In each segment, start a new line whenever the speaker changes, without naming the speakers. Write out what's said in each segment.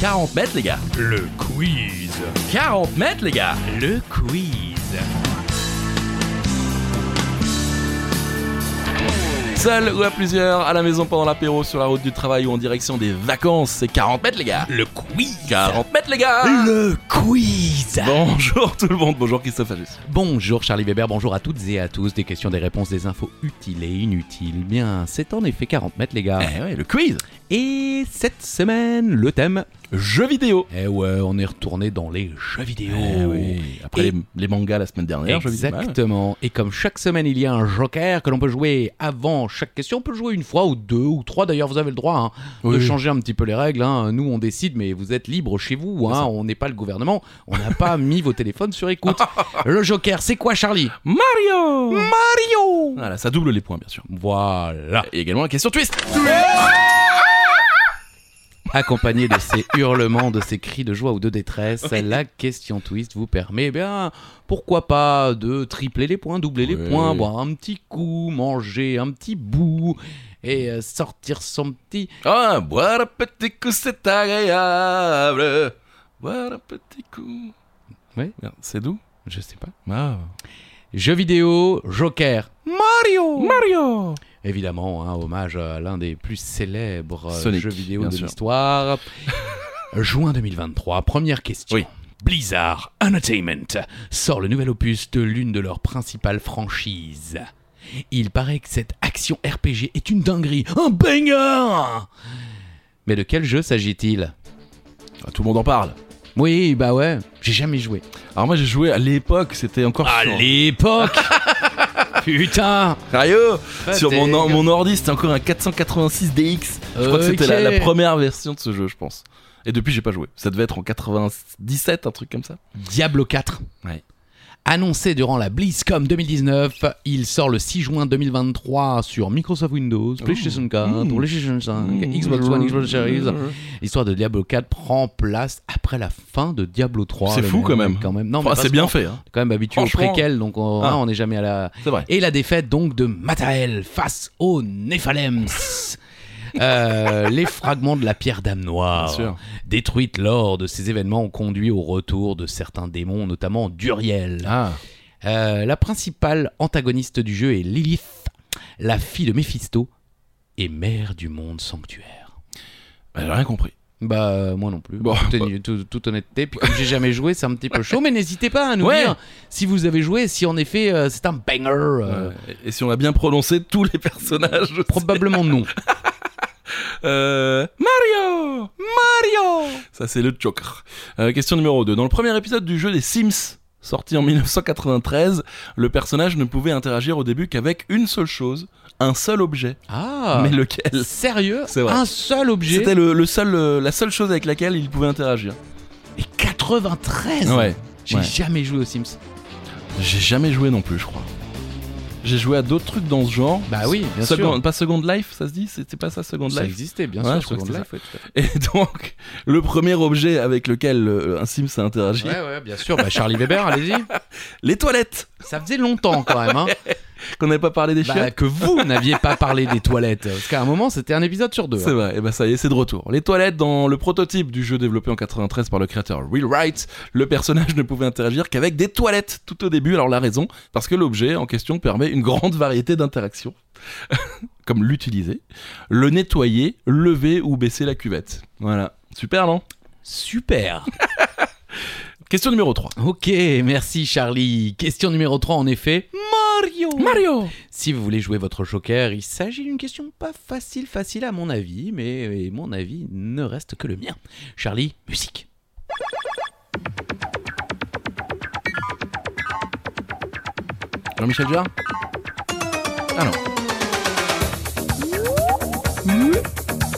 40 mètres, les gars.
Le quiz.
40 mètres, les gars.
Le quiz.
Seul ou à plusieurs, à la maison pendant l'apéro, sur la route du travail ou en direction des vacances, c'est 40 mètres, les gars.
Le quiz.
40 mètres, les gars.
Le quiz.
Bonjour tout le monde, bonjour Christophe Agius.
Bonjour Charlie Weber, bonjour à toutes et à tous. Des questions, des réponses, des infos utiles et inutiles. Eh Bien, c'est en effet 40 mètres les gars.
Eh ouais, le quiz.
Et cette semaine, le thème.
Jeux vidéo.
Eh ouais, on est retourné dans les jeux vidéo.
Eh oui. Après
Et-
les, les mangas la semaine dernière, jeux vidéo.
Exactement. Et comme chaque semaine, il y a un joker que l'on peut jouer avant chaque question. On peut le jouer une fois ou deux ou trois. D'ailleurs, vous avez le droit hein, de
Oui.
changer un petit peu les règles. hein. Nous, on décide, mais vous êtes libre chez vous. hein. On n'est pas le gouvernement. On n'a pas mis vos téléphones sur écoute. le joker, c'est quoi, Charlie
Mario.
Mario
Voilà, ça double les points bien sûr.
Voilà.
Et également la question twist.
Accompagné de ces hurlements, de ces cris de joie ou de détresse, la question twist vous permet, eh bien, pourquoi pas, de tripler les points, doubler les
Ouais.
points, boire un petit coup, manger un petit bout et euh, sortir son petit.
Ah, boire un petit coup, c'est agréable. Boire un petit coup.
Oui.
Merde, C'est d'où
Je sais pas.
Ah.
Jeux vidéo, Joker, Mario
Mario
Évidemment, hein, hommage à l'un des plus célèbres euh,
Sonic,
jeux vidéo
bien
de
sûr.
l'histoire. Juin 2023, première question.
Oui.
Blizzard Entertainment sort le nouvel opus de l'une de leurs principales franchises. Il paraît que cette action RPG est une dinguerie, un banger Mais de quel jeu s'agit-il
Ah, Tout le monde en parle.
Oui, bah ouais, j'ai jamais joué.
Alors moi j'ai joué à l'époque, c'était encore
À
sur-
Ah, l'époque Putain
Sérieux Sur
Fatigue.
mon, or- mon ordi, c'était encore un 486 DX. Je crois que c'était la,
Ok.
la première version de ce jeu, je pense. Et depuis, j'ai pas joué. Ça devait être en 97, un truc comme ça.
Diablo 4.
Ouais.
Annoncé durant la BlizzCon 2019, il sort le 6 juin 2023 sur Microsoft Windows,
Oh.
PlayStation 4,
Mmh.
PlayStation 5, Ah, Xbox One, Xbox Series.
Hmm.
L'histoire de Diablo 4 prend place après la fin de Diablo 3.
C'est
le
fou quand même.
quand même. Non,
Enfin,
mais
c'est
parce
bien
qu'on
fait, hein.
est quand même habitué au
Franchement.
préquel, donc on
Ah.
hein, on n'est jamais à la.
c'est vrai.
Et la défaite donc de Matael face aux Néphalems. Euh, les fragments de la pierre d'âme noire
Bien sûr.
détruites lors de ces événements ont conduit au retour de certains démons, notamment Duriel.
Ah,
Euh, la principale antagoniste du jeu est Lilith, la fille de Méphisto et mère du monde sanctuaire.
bah, j'ai rien compris.
Bah, euh, moi non plus.
Bon,
toute,
bah.
toute- toute honnêteté. Puis, comme j'ai jamais joué, c'est un petit peu chaud. Mais n'hésitez pas à nous
Ouais.
dire si vous avez joué, si en effet euh, c'est un banger. euh,
Ouais. Et, et si on a bien prononcé tous les personnages aussi.
Probablement non.
Euh, Mario Mario Ça, c'est le Joker. Euh, question numéro 2. Dans le premier épisode du jeu des Sims, sorti en 1993, le personnage ne pouvait interagir au début qu'avec une seule chose, un seul objet.
Ah
Mais lequel
Sérieux
C'est vrai.
Un seul objet
C'était le, le seul, euh, la seule chose avec laquelle il pouvait interagir.
Et 93 J'ai
ouais.
jamais joué aux Sims.
J'ai jamais joué non plus, je crois. J'ai joué à d'autres trucs dans ce genre.
Bah oui, bien sûr.
Second- Pas Second Life, ça se dit C'était pas ça Second
Ça
Life
existait, bien
Ouais, je
sûr,
crois que
Second
c'est
Life, ouais, tout à
Et donc, le premier objet avec lequel euh, un Sims a interagi,
fait. Ouais, ouais, bien sûr. Bah, Charlie Weber, allez-y.
les toilettes
Ça faisait longtemps quand même. Hein.
Qu'on n'avait pas parlé des
Bah,
chiottes
que vous n'aviez pas parlé des toilettes. Parce qu'à un moment, c'était un épisode sur deux.
C'est
hein.
vrai, et bah ça y est, c'est de retour. Les toilettes dans le prototype du jeu développé en 93 par le créateur Will Wright, le personnage ne pouvait interagir qu'avec des toilettes tout au début. Alors la raison, parce que l'objet en question permet une grande variété d'interactions, comme l'utiliser, le nettoyer, lever ou baisser la cuvette. Voilà, super non
Super
Question numéro 3.
Ok, merci Charlie. Question numéro 3, en effet. Mario
Mario
Si vous voulez jouer votre joker, il s'agit d'une question pas facile, facile à mon avis, mais et mon avis ne reste que le mien. Charlie, musique.
Jean-Michel Jarre Ah non.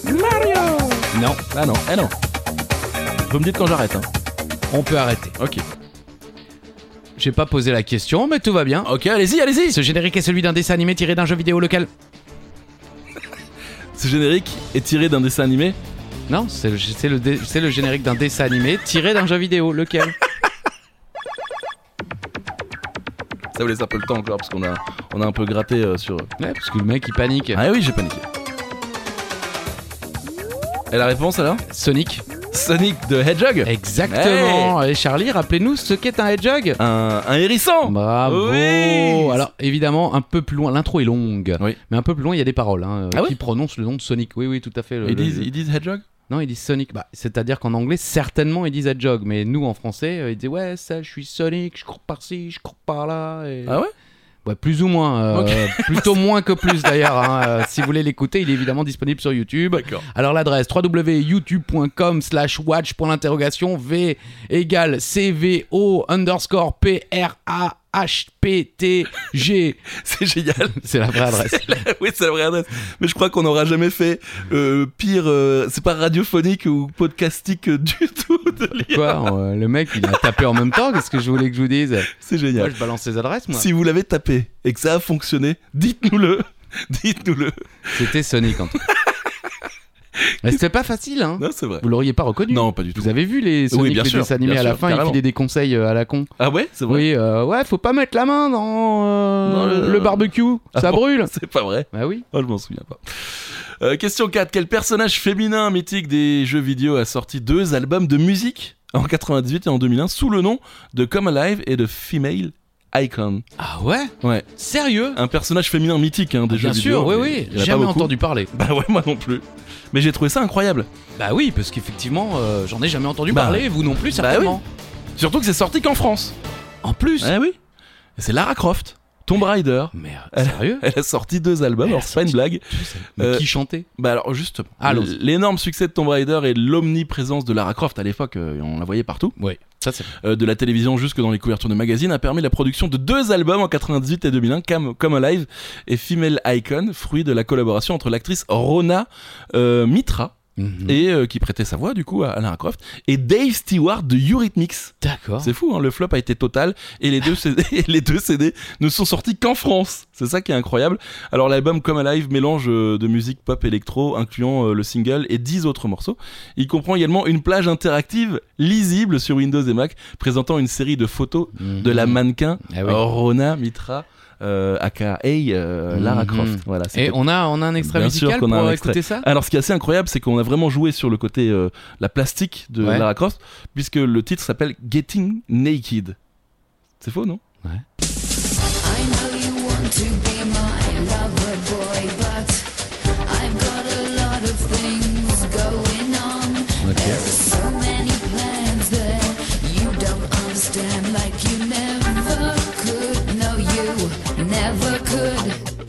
Mario Non, ah non, ah non. Vous me dites quand j'arrête, hein.
On peut arrêter.
Ok.
J'ai pas posé la question, mais tout va bien.
Ok, allez-y, allez-y
Ce générique est celui d'un dessin animé tiré d'un jeu vidéo lequel
Ce générique est tiré d'un dessin animé.
Non, c'est le, c'est le dé- c'est le générique d'un dessin animé tiré d'un jeu vidéo lequel
Ça vous laisse un peu le temps encore parce qu'on a, on a un peu gratté euh, sur.
Ouais, parce que le mec il panique.
Ah oui, j'ai paniqué. Et la réponse alors
Sonic,
Sonic the Hedgehog
Exactement. Et Charlie, rappelez-nous ce qu'est un hedgehog.
un, un hérisson
Bravo.
Oui.
Alors évidemment, un peu plus loin, l'intro est longue,
Oui.
mais un peu plus loin, il y a des paroles hein,
Ah
qui
oui
prononcent le nom de Sonic. Oui, oui, tout à fait.
Ils
le- le-
disent,
le-
ils disent Hedgehog
Non, ils disent Sonic. Bah, c'est-à-dire qu'en anglais, certainement, ils disent Hedgehog, mais nous, en français, euh, ils disent ouais, ça, je suis Sonic, je cours par-ci, je cours par-là. et-
Ah ouais
Ouais, plus ou moins. euh, Plutôt moins que plus d'ailleurs. hein. Euh, si vous voulez l'écouter, il est évidemment disponible sur YouTube.
D'accord.
Alors l'adresse www.youtube.com slash watch pour l'interrogation V égale CVO underscore P-R-A-H-P-T-G.
C'est génial
C'est la vraie adresse.
Oui, c'est la vraie adresse. Mais je crois qu'on n'aura jamais fait euh, pire. euh, c'est pas radiophonique ou podcastique euh, du tout de lire.
Quoi euh, Le mec, il a tapé en même temps. Qu'est-ce que je voulais que je vous dise
C'est
Moi,
génial.
je balance les adresses, moi.
Si vous l'avez tapé et que ça a fonctionné, dites-nous-le. Dites-nous-le.
C'était Sonic, en tout cas. Mais c'était pas facile, hein
Non, c'est vrai.
Vous l'auriez pas reconnu.
Non, pas du tout.
Vous avez vu les Sonic,
bien
les
sûr,
dessins animés
bien
à la
sûr,
fin,
carrément.
ils filaient des conseils euh, à la con.
Ah ouais, c'est vrai.
Oui, euh, ouais, faut pas mettre la main dans, euh,
Dans le-
le... barbecue,
Ah
ça
bon
brûle.
C'est pas vrai.
Bah oui.
Oh, je m'en souviens pas. Euh, question 4. Quel personnage féminin mythique des jeux vidéo a sorti deux albums de musique en 98 et en 2001 sous le nom de Come Alive et de Female Icon
Ah ouais
Ouais.
Sérieux
Un personnage féminin mythique hein, des jeux
Ah, Bien
vidéo.
sûr, oui,
mais
oui.
il y en a pas
Jamais
beaucoup.
entendu parler.
Bah ouais, moi non plus. Mais j'ai trouvé ça incroyable.
Bah oui, parce qu'effectivement, euh, j'en ai jamais entendu
Bah,
parler, vous non plus,
bah
certainement.
Surtout que c'est sorti qu'en France.
En plus.
Eh oui. Et C'est Lara Croft, Tomb Raider.
Oh, Merde,
Elle-
sérieux
Elle a sorti deux albums,
Elle a
alors c'est pas une
sorti-
blague.
Mais
Euh,
qui chantait
Bah alors justement,
Allons.
l'énorme succès de Tomb Raider et l'omniprésence de Lara Croft à l'époque, euh, on la voyait partout,
Ouais, ça c'est.
euh, de la télévision jusque dans les couvertures de magazines, a permis la production de deux albums en 98 et 2001, Cam- Come Alive et Female Icon, fruit de la collaboration entre l'actrice Rona euh, Mitra,
Mhm.
et euh, qui prêtait sa voix du coup à, à Lara Croft, et Dave Stewart de Eurythmics.
D'accord.
C'est fou, hein, le flop a été total et les deux CD, et les deux CD ne sont sortis qu'en France. C'est ça qui est incroyable. Alors l'album Come Alive mélange euh, de musique pop électro, incluant euh, le single et 10 autres morceaux. Il comprend également une plage interactive lisible sur Windows et Mac, présentant une série de photos
Mhm.
de la mannequin
Ah oui.
Rona Mitra, euh, aka euh, Lara
Mhm.
Croft. Voilà, c'était
Et on a, on a un extrait
Bien sûr
musical
qu'on
pour
a un
écouter
extrait. euh,
ça
alors, ce qui est assez incroyable, c'est qu'on a vraiment joué sur le côté euh, la plastique de
Ouais.
Lara Croft, puisque le titre s'appelle Getting Naked. C'est faux, non
I know you want to be my lover boy, but I've got a lot of things going on. There are so many plans that you don't understand, like you never could. No, you never could.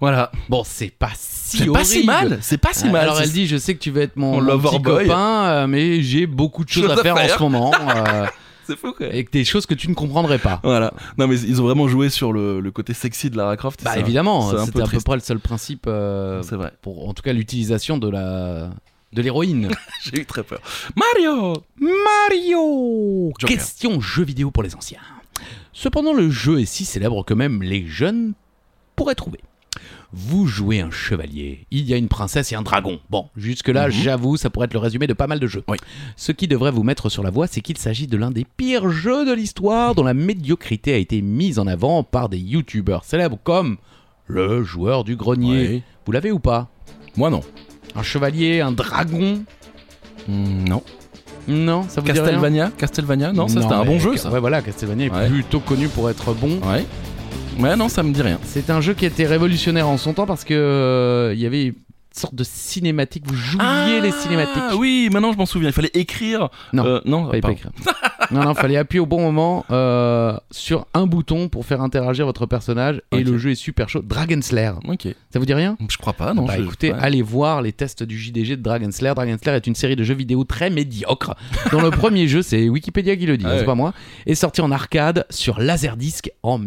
Voilà.
Bon, c'est pas si
C'est pas si
horrible. Ah,
mal. C'est pas si mal.
Alors
C'est-
elle dit, je sais que tu vas être mon,
Mon
mon
lover
petit
boy.
copain, euh, mais j'ai beaucoup de choses
Chose
à
à
faire, en
faire.
ce moment, euh,
C'est faux, quoi.
et que des choses que tu ne comprendrais pas.
Voilà. Non, mais ils ont vraiment joué sur le, le côté sexy de Lara Croft.
Bah
C'est un-
évidemment,
c'est un
c'était
peu
à peu
triste.
près le seul principe, euh,
C'est vrai.
pour en tout cas l'utilisation de la de l'héroïne.
J'ai eu très peur. Mario
Mario
Joker.
Question jeu vidéo pour les anciens. Cependant, le jeu est si célèbre que même les jeunes pourraient trouver. Vous jouez un chevalier, il y a une princesse et un dragon. Bon, jusque-là, j'avoue, ça pourrait être le résumé de pas mal de jeux.
Mhm. Oui.
Ce qui devrait vous mettre sur la voie, c'est qu'il s'agit de l'un des pires jeux de l'histoire dont la médiocrité a été mise en avant par des youtubeurs célèbres comme le joueur du grenier.
Ouais.
Vous l'avez ou pas
Moi, non.
Un chevalier, un dragon
Hmm, non.
Non, ça vous dit rien
Castlevania Castlevania Ah Non, ça c'était un
mais-
bon jeu, ça.
Ouais, voilà, Castlevania est
Ouais.
plutôt connu pour être bon.
Ouais. Ouais, non, ça me dit rien.
C'est un jeu qui était révolutionnaire en son temps parce que euh, il y avait une sorte de cinématique. Vous jouiez les cinématiques.
Ah, Oui, maintenant je m'en souviens. Il fallait écrire.
Non.
Euh, non,
Fallait pas
pardon.
écrire. non, non, fallait appuyer au bon moment euh, sur un bouton pour faire interagir votre personnage et
Ok.
le jeu est super chaud. Dragon Slayer,
Ok.
ça vous dit rien
Je crois pas, non.
bah
je-
écoutez,
ouais.
allez voir les tests du JDG de Dragon Slayer. Dragon Slayer est une série de jeux vidéo très médiocre, dont le premier jeu, c'est Wikipédia qui le dit,
Ah
hein, c'est
ouais.
pas moi, est sorti en arcade sur Laserdisc en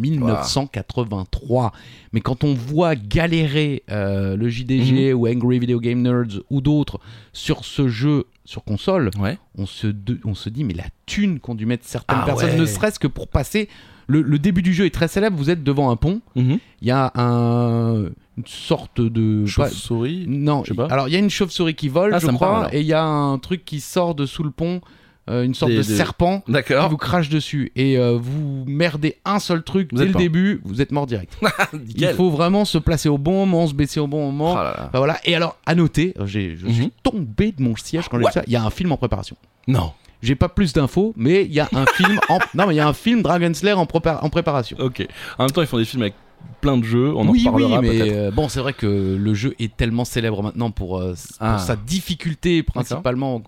1983. Mais quand on voit galérer euh, le JDG
Mhm.
ou Angry Video Game Nerds ou d'autres sur ce jeu sur console,
Ouais.
on se, de- on se dit, mais la thune qu'ont dû mettre certaines
Ah
personnes,
ouais.
ne serait-ce que pour passer. Le, le début du jeu est très célèbre, vous êtes devant un pont,
Mhm.
il y a un- une sorte de... pas-
Chauve-souris
non,
Je sais pas.
alors il y a une chauve-souris qui vole,
Ah,
je
ça me parle,
crois,
alors.
et il y a un truc qui sort de sous le pont euh, une sorte
Des-
de
des-
serpent qui
D'accord.
vous crache dessus et euh, vous merdez un seul truc
Vous
dès
êtes
le
peint.
début, vous êtes mort direct. Il
Nickel.
faut vraiment se placer au bon moment, se baisser au bon moment.
Oh là là.
Enfin, voilà. Et alors, à noter, euh, j'ai- je suis
Mhm.
tombé de mon siège quand j'ai
Ouais.
vu ça. Il y a un film en préparation.
Non.
J'ai pas plus d'infos, mais il y a un film en non, mais il y a un film Dragon Slayer en, prépa- en préparation.
Ok. En même temps, ils font des films avec plein de jeux. On
oui,
en
oui,
reparlera
mais
peut-être.
euh, bon, c'est vrai que le jeu est tellement célèbre maintenant pour, euh, s- pour
Ah.
sa difficulté principalement,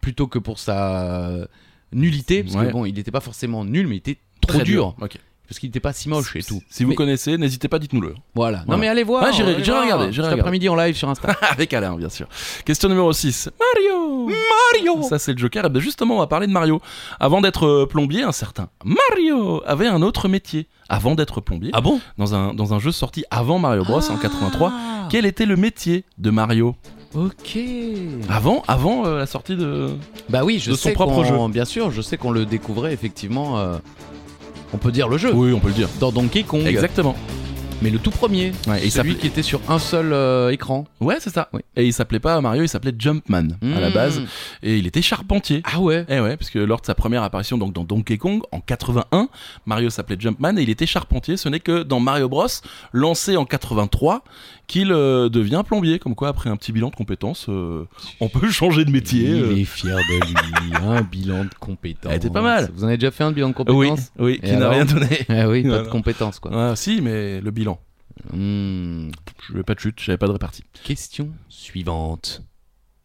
plutôt que pour sa euh, nullité, parce
Ouais.
que bon, il n'était pas forcément nul, mais il était trop
Très
dur,
Ok.
parce qu'il n'était pas si moche et tout.
Si vous
Mais-
connaissez, n'hésitez pas, dites-nous-le.
voilà. Non
Voilà.
mais allez voir.
Ouais, j'irai-
allez
j'irai
voir.
regarder, j'irai
Cet
regarder.
après-midi en live sur Insta.
Avec Alain, bien sûr. Question numéro 6. Mario Mario Ça, c'est le Joker. Et bien justement, on va parler de Mario. Avant d'être euh, plombier, un certain Mario avait un autre métier. Avant d'être plombier,
ah bon
dans, un, dans un jeu sorti avant Mario Bros. en 83,
Ah.
quel était le métier de Mario
Ok.
Avant, avant euh, la sortie de.
Ah, Bah oui, je
de son
sais
propre
qu'on- Bien sûr, je sais qu'on le découvrait effectivement. euh, on peut dire le jeu.
Oui, on peut le dire.
Dans Donkey Kong.
Exactement.
Mais le tout premier.
Ouais, et il
celui
s'appelait-
qui était sur un seul euh, écran.
Ouais, c'est ça.
Oui.
Et il s'appelait pas Mario, il s'appelait Jumpman à la
Hmm.
base. Et il était charpentier.
Ah ouais.
Eh ouais, parce que lors de sa première apparition donc dans Donkey Kong en 81, Mario s'appelait Jumpman et il était charpentier. Ce n'est que dans Mario Bros, lancé en 83, qu'il euh, devient plombier. Comme quoi, après un petit bilan de compétences, euh, on peut changer de métier.
Il
euh.
est fier de lui. un bilan de compétences.
Elle était pas mal.
Vous en avez déjà fait un bilan de
Oui,
compétences
oui,
Et
qui n'a
alors
rien donné.
Ah oui, pas
Non,
de
non.
compétences quoi.
Ah, si, mais le bilan.
Hmm.
Je n'avais pas de chute, j'avais pas de répartie.
Question suivante.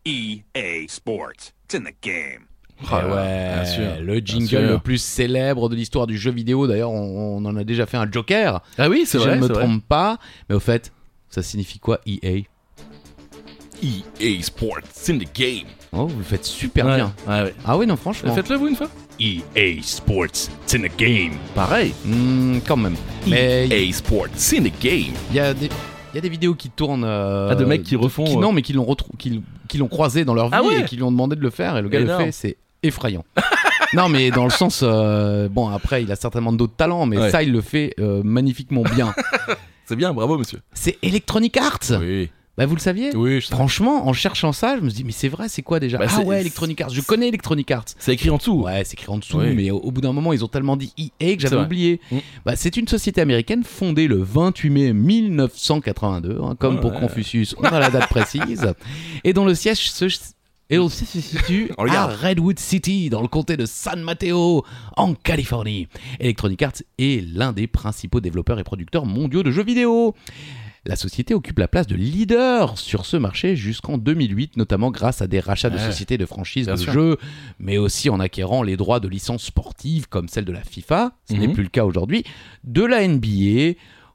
EA Sports. It's in the game.
Ah,
Eh ouais,
bien sûr.
le jingle
sûr.
le plus célèbre de l'histoire du jeu vidéo. D'ailleurs, on, on en a déjà fait un Joker,
Ah oui,
si
c'est vrai.
je ne me
c'est vrai.
trompe pas. Mais au fait, ça signifie quoi E EA
EA E Sports, c'est the game.
Oh, vous le faites super
Ouais,
bien.
ouais, ouais.
Ah oui, non, franchement.
Faites-le vous une fois.
EA E Sports. It's in the game.
Pareil. E
Hmm, quand même. Mais il
EA Sports, c'est the game.
y, a des- il y a des vidéos qui tournent. euh,
Ah, de mecs qui refont,
qui-
euh,
non, mais qui l'ont retrou- qui l- qui l'ont croisé dans leur vie
Ah ouais
et qui lui ont demandé de le faire. Et le gars
Énorme.
le fait, c'est effrayant. non, mais dans le sens. euh, bon, après, il a certainement d'autres talents, mais
Ouais.
ça, il le fait euh, magnifiquement bien.
C'est bien, bravo monsieur.
c'est Electronic Arts
Oui,
Bah, vous le saviez
oui, je sais.
Franchement, en cherchant ça, je me dis mais c'est vrai, c'est quoi déjà
Bah,
Ah
c'est-
ouais, Electronic Arts. Je connais Electronic Arts.
C'est écrit en dessous.
Ouais, c'est écrit en dessous,
Oui.
mais au, au bout d'un moment, ils ont tellement dit EA que
C'est
j'avais
vrai.
oublié.
Mm.
Bah, c'est une société américaine fondée le 28 mai 1982, hein, comme pour
Ouais.
Confucius, on a la date précise, et dont le siège se et on se situe
On
à
Oh, regarde.
Redwood City, dans le comté de San Mateo, en Californie. Electronic Arts est l'un des principaux développeurs et producteurs mondiaux de jeux vidéo. La société occupe la place de leader sur ce marché jusqu'en 2008, notamment grâce à des rachats de
Ouais.
sociétés de franchises
Bien
de
sûr.
jeux, mais aussi en acquérant les droits de licences sportives comme celle de la FIFA, ce n'est
Mhm.
plus le cas aujourd'hui, de la NBA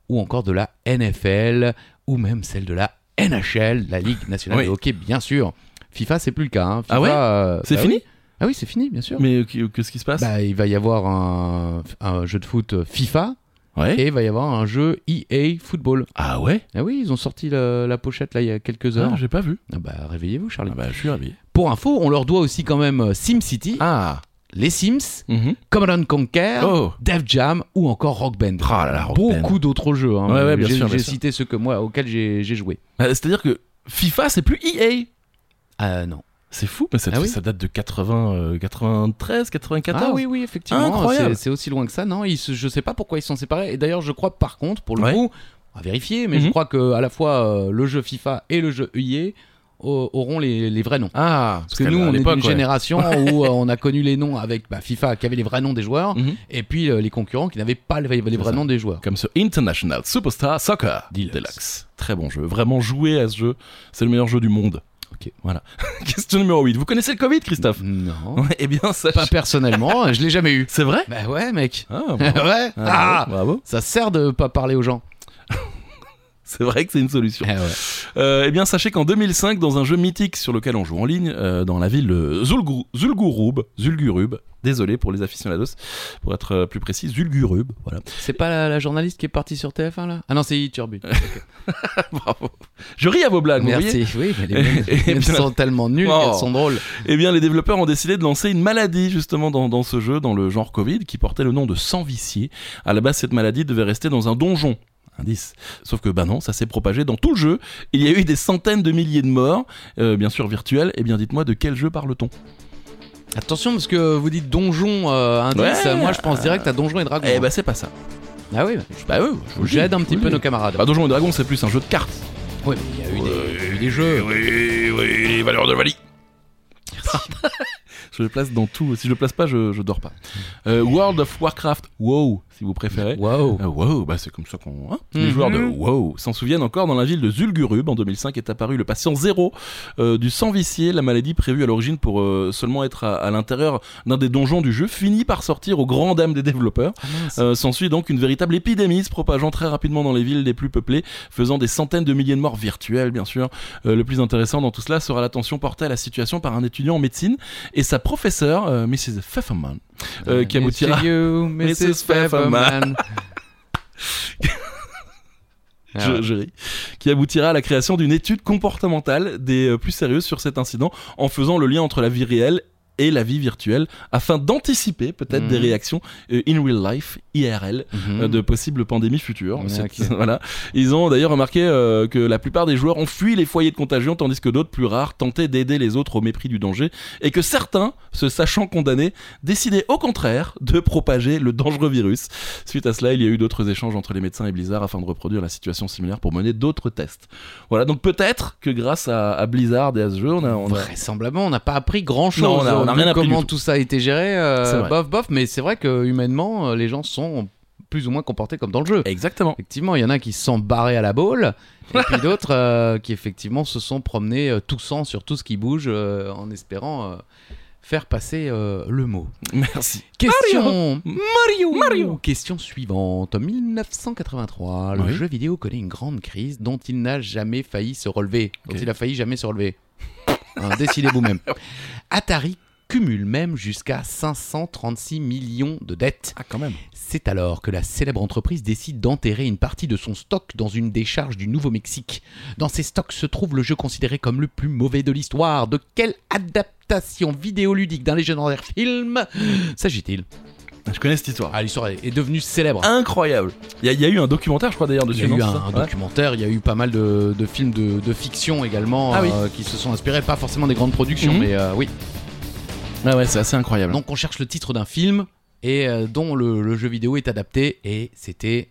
ou encore de la NFL ou même celle de la NHL, la Ligue nationale
Oui.
de hockey, bien sûr. FIFA, c'est plus le cas. hein.
Ah
FIFA,
ouais
euh,
C'est
bah
fini
oui. Ah oui, c'est fini, bien sûr.
Mais euh, qu'est- qu'est-ce qui se passe
Bah, il va y avoir un, un jeu de foot FIFA
Ouais.
et il va y avoir un jeu EA Football.
Ah ouais
Ah oui, ils ont sorti la, la pochette là il y a quelques heures.
Ah, j'ai pas vu.
Ah bah réveillez-vous Charlie.
Ah bah, je suis ravi.
Pour info, on leur doit aussi quand même euh, SimCity,
Ah
les Sims, Command Conquer,
Oh
Def Jam ou encore Rock Band.
Ah là là, Rock Band.
Beaucoup d'autres jeux. hein.
Ouais, ouais, bien
J'ai-
sûr, bien
J'ai
sûr.
cité ceux que moi auxquels j'ai j'ai joué.
Euh, C'est-à-dire que FIFA, c'est plus E EA
Ah non.
C'est fou, mais ça,
Ah oui
ça date de 80, euh, 93, 94.
Ah oui, oui, effectivement.
Incroyable.
C'est c'est aussi loin que ça, non ils se- Je sais pas pourquoi ils sont séparés. Et d'ailleurs, je crois par contre, pour le
Ouais.
coup, à vérifier, mais je
Mhm.
crois que à la fois euh, le jeu FIFA et le jeu EA au- auront les, les vrais noms.
Ah,
Parce que nous, on est
pas
d'une génération où euh, on a connu les noms avec bah, FIFA qui avait les vrais noms des joueurs et puis euh, les concurrents qui n'avaient pas les, les
Mhm. C'est
vrais
ça.
noms des joueurs.
Comme ce International Superstar Soccer
Deluxe.
Deluxe. Très bon jeu. Vraiment jouer à ce jeu, c'est le meilleur jeu du monde.
Ok.
Voilà. Question numéro 8. Vous connaissez le Covid, Christophe
Non.
Ouais, Eh bien, ça.
Pas personnellement, je l'ai jamais eu.
C'est vrai
Bah ouais, mec.
Ah,
ouais.
bravo.
Ah,
Ah, bravo.
Ça sert de pas parler aux gens.
C'est vrai que c'est une solution.
Ah ouais.
Euh, eh bien, sachez qu'en 2005, dans un jeu mythique sur lequel on joue en ligne, euh, dans la ville de Zulgu- Zulgurub, Zulgurub, désolé pour les aficionados, pour être euh, plus précis, Zulgurub, voilà.
C'est pas la, la journaliste qui est partie sur TF1 là Ah non, c'est Turbu.
Bravo. Je ris à vos blagues, vous voyez
Merci. Oui, mais les miennes-
Et- et
les miennes
bien-
sont tellement nulles
Oh.
qu'elles sont drôles.
Eh bien, les développeurs ont décidé de lancer une maladie, justement, dans, dans ce jeu, dans le genre Covid, qui portait le nom de sans vicié. À la base, cette maladie devait rester dans un donjon. Indice. Sauf que, bah non, ça s'est propagé dans tout le jeu. Il y a eu des centaines de milliers de morts, euh, bien sûr virtuelles. Eh bien, dites-moi, de quel jeu parle-t-on
Attention parce que vous dites donjon euh, indice,
Ouais.
moi je pense direct à donjon et dragon.
Eh bah, c'est pas ça.
ah oui,
Bah, oui, je vous le dis,
j'aide un
je
petit
vous
peu
le
nos
dis.
camarades.
Bah, Donjon et Dragon, c'est plus un jeu de cartes.
Ouais, mais il y a eu des- il
Euh,
y a eu des jeux.
Oui, oui, les valeurs de Vali. je le place dans tout. Si je le place pas, je, je dors pas. Euh, World of Warcraft, wow, si vous préférez.
Waouh.
Euh, wow, bah c'est comme ça qu'on. hein Les
Mhm.
joueurs de wow s'en souviennent encore dans la ville de Zulgurub en 2005 est apparu le patient zéro euh, du sang vicié, la maladie prévue à l'origine pour euh, seulement être à, à l'intérieur d'un des donjons du jeu, finit par sortir aux grandes dames des développeurs. Euh, S'ensuit donc une véritable épidémie se propageant très rapidement dans les villes les plus peuplées, faisant des centaines de milliers de morts virtuelles, bien sûr. Euh, le plus intéressant dans tout cela sera l'attention portée à la situation par un étudiant en médepcine et sa professeure, euh, Mrs. Pfefferman, euh, qui aboutira.
Mr. You,
Mrs.
Mrs. Pfefferman. Ah
Je,
ouais.
je ris, qui aboutira à la création d'une étude comportementale des euh, plus sérieuses sur cet incident en faisant le lien entre la vie réelle et la vie virtuelle afin d'anticiper peut-être
Mhm.
des réactions euh, in real life, IRL,
Mhm.
euh, de possibles pandémies futures.
Ouais,
C'est-
ok.
voilà. Ils ont d'ailleurs remarqué euh, que la plupart des joueurs ont fui les foyers de contagion, tandis que d'autres, plus rares, tentaient d'aider les autres au mépris du danger, et que certains, se sachant condamnés, décidaient au contraire de propager le dangereux virus. Suite à cela, il y a eu d'autres échanges entre les médecins et Blizzard afin de reproduire la situation similaire pour mener d'autres tests. Voilà, donc peut-être que grâce à, à Blizzard et à ce jeu, on a... on a-
Vraisemblablement, on n'a pas appris grand chose.
Non, on a- on a rien appris
Comment
du
tout ça a été géré, euh,
C'est vrai.
bof, bof. Mais c'est vrai que humainement, euh, les gens sont plus ou moins comportés comme dans le jeu.
Exactement.
Effectivement, il y en a qui se sont barrés à la boule, et puis d'autres euh, qui effectivement se sont promenés euh, toussant sur tout ce qui bouge euh, en espérant euh, faire passer euh, le mot.
Merci.
Question Mario
Mario
Question suivante. 1983, le
Oui.
jeu vidéo connaît une grande crise dont il n'a jamais failli se relever. Dont
Ok.
il a failli jamais se relever. Hein, Décidez-vous même. Atari cumule même jusqu'à 536 millions de dettes.
Ah, quand même.
C'est alors que la célèbre entreprise décide d'enterrer une partie de son stock dans une décharge du Nouveau-Mexique. Dans ces stocks se trouve le jeu considéré comme le plus mauvais de l'histoire. De quelle adaptation vidéoludique d'un légendaire film s'agit-il
Je connais cette histoire.
Ah, l'histoire est est devenue célèbre.
Incroyable. Il y, a- il y a eu un documentaire, je crois d'ailleurs,
Il y
dessus.
a
non,
eu
c'est
un,
ça Ouais.
documentaire, il y a eu pas mal de, de films de, de fiction également
Ah oui.
euh, qui se sont inspirés, pas forcément des grandes productions,
Mhm.
mais euh, oui.
Ah ouais, c'est assez incroyable.
Donc on cherche le titre d'un film et euh, dont le, le jeu vidéo est adapté et c'était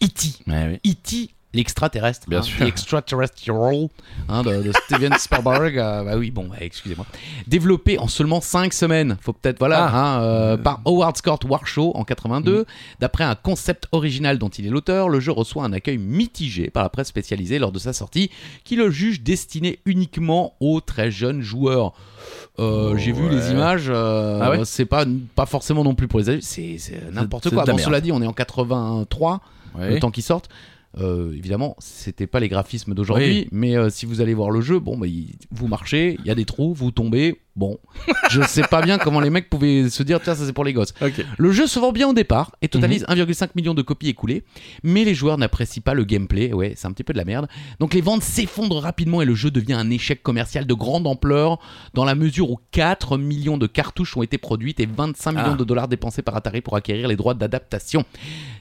E E.T.
Ouais, oui.
E.T. l'extraterrestre,
Bien
hein,
sûr.
The Extraterrestrial hein, de, de Steven Spielberg. euh, bah oui, bon, bah, excusez-moi. Développé en seulement 5 semaines, faut peut-être, voilà, hein, euh, par Howard Scott Warshaw en 82. D'après un concept original dont il est l'auteur, le jeu reçoit un accueil mitigé par la presse spécialisée lors de sa sortie, qui le juge destiné uniquement aux très jeunes joueurs. Euh, J'ai vu
Oh, Ouais.
les images, euh,
Ah ouais
c'est pas, pas forcément non plus pour les adultes, c'est c'est n'importe
c'est de
quoi.
la
Bon,
merde.
cela dit, on est en 83
Ouais.
le temps qu'ils sortent. Euh, évidemment, c'était pas les graphismes d'aujourd'hui, mais euh, si vous allez voir le jeu, bon, bah, il- vous marchez, il y a des trous, vous tombez. Bon, je sais pas bien comment les mecs pouvaient se dire, tiens, ça c'est pour les gosses.
Ok.
Le jeu se vend bien au départ et
Mhm.
totalise 1,5 million de copies écoulées, mais les joueurs n'apprécient pas le gameplay. Ouais, c'est un petit peu de la merde. Donc les ventes s'effondrent rapidement et le jeu devient un échec commercial de grande ampleur dans la mesure où 4 millions de cartouches ont été produites et 25 millions
Ah.
de dollars dépensés par Atari pour acquérir les droits d'adaptation.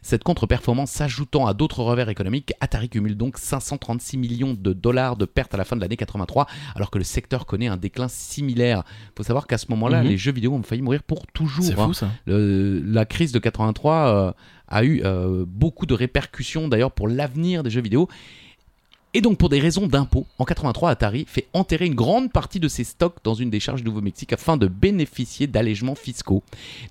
Cette contre-performance s'ajoutant à d'autres revers économiques, Atari cumule donc 536 millions de dollars de pertes à la fin de l'année 83, alors que le secteur connaît un déclin similaire. Faut savoir qu'à ce moment-là,
Mhm.
les jeux vidéo ont failli mourir pour toujours.
C'est
hein.
fou ça.
Le- la crise de 83 euh, a eu euh, beaucoup de répercussions d'ailleurs pour l'avenir des jeux vidéo. Et donc pour des raisons d'impôts, en 83, Atari fait enterrer une grande partie de ses stocks dans une décharge du Nouveau-Mexique afin de bénéficier d'allègements fiscaux.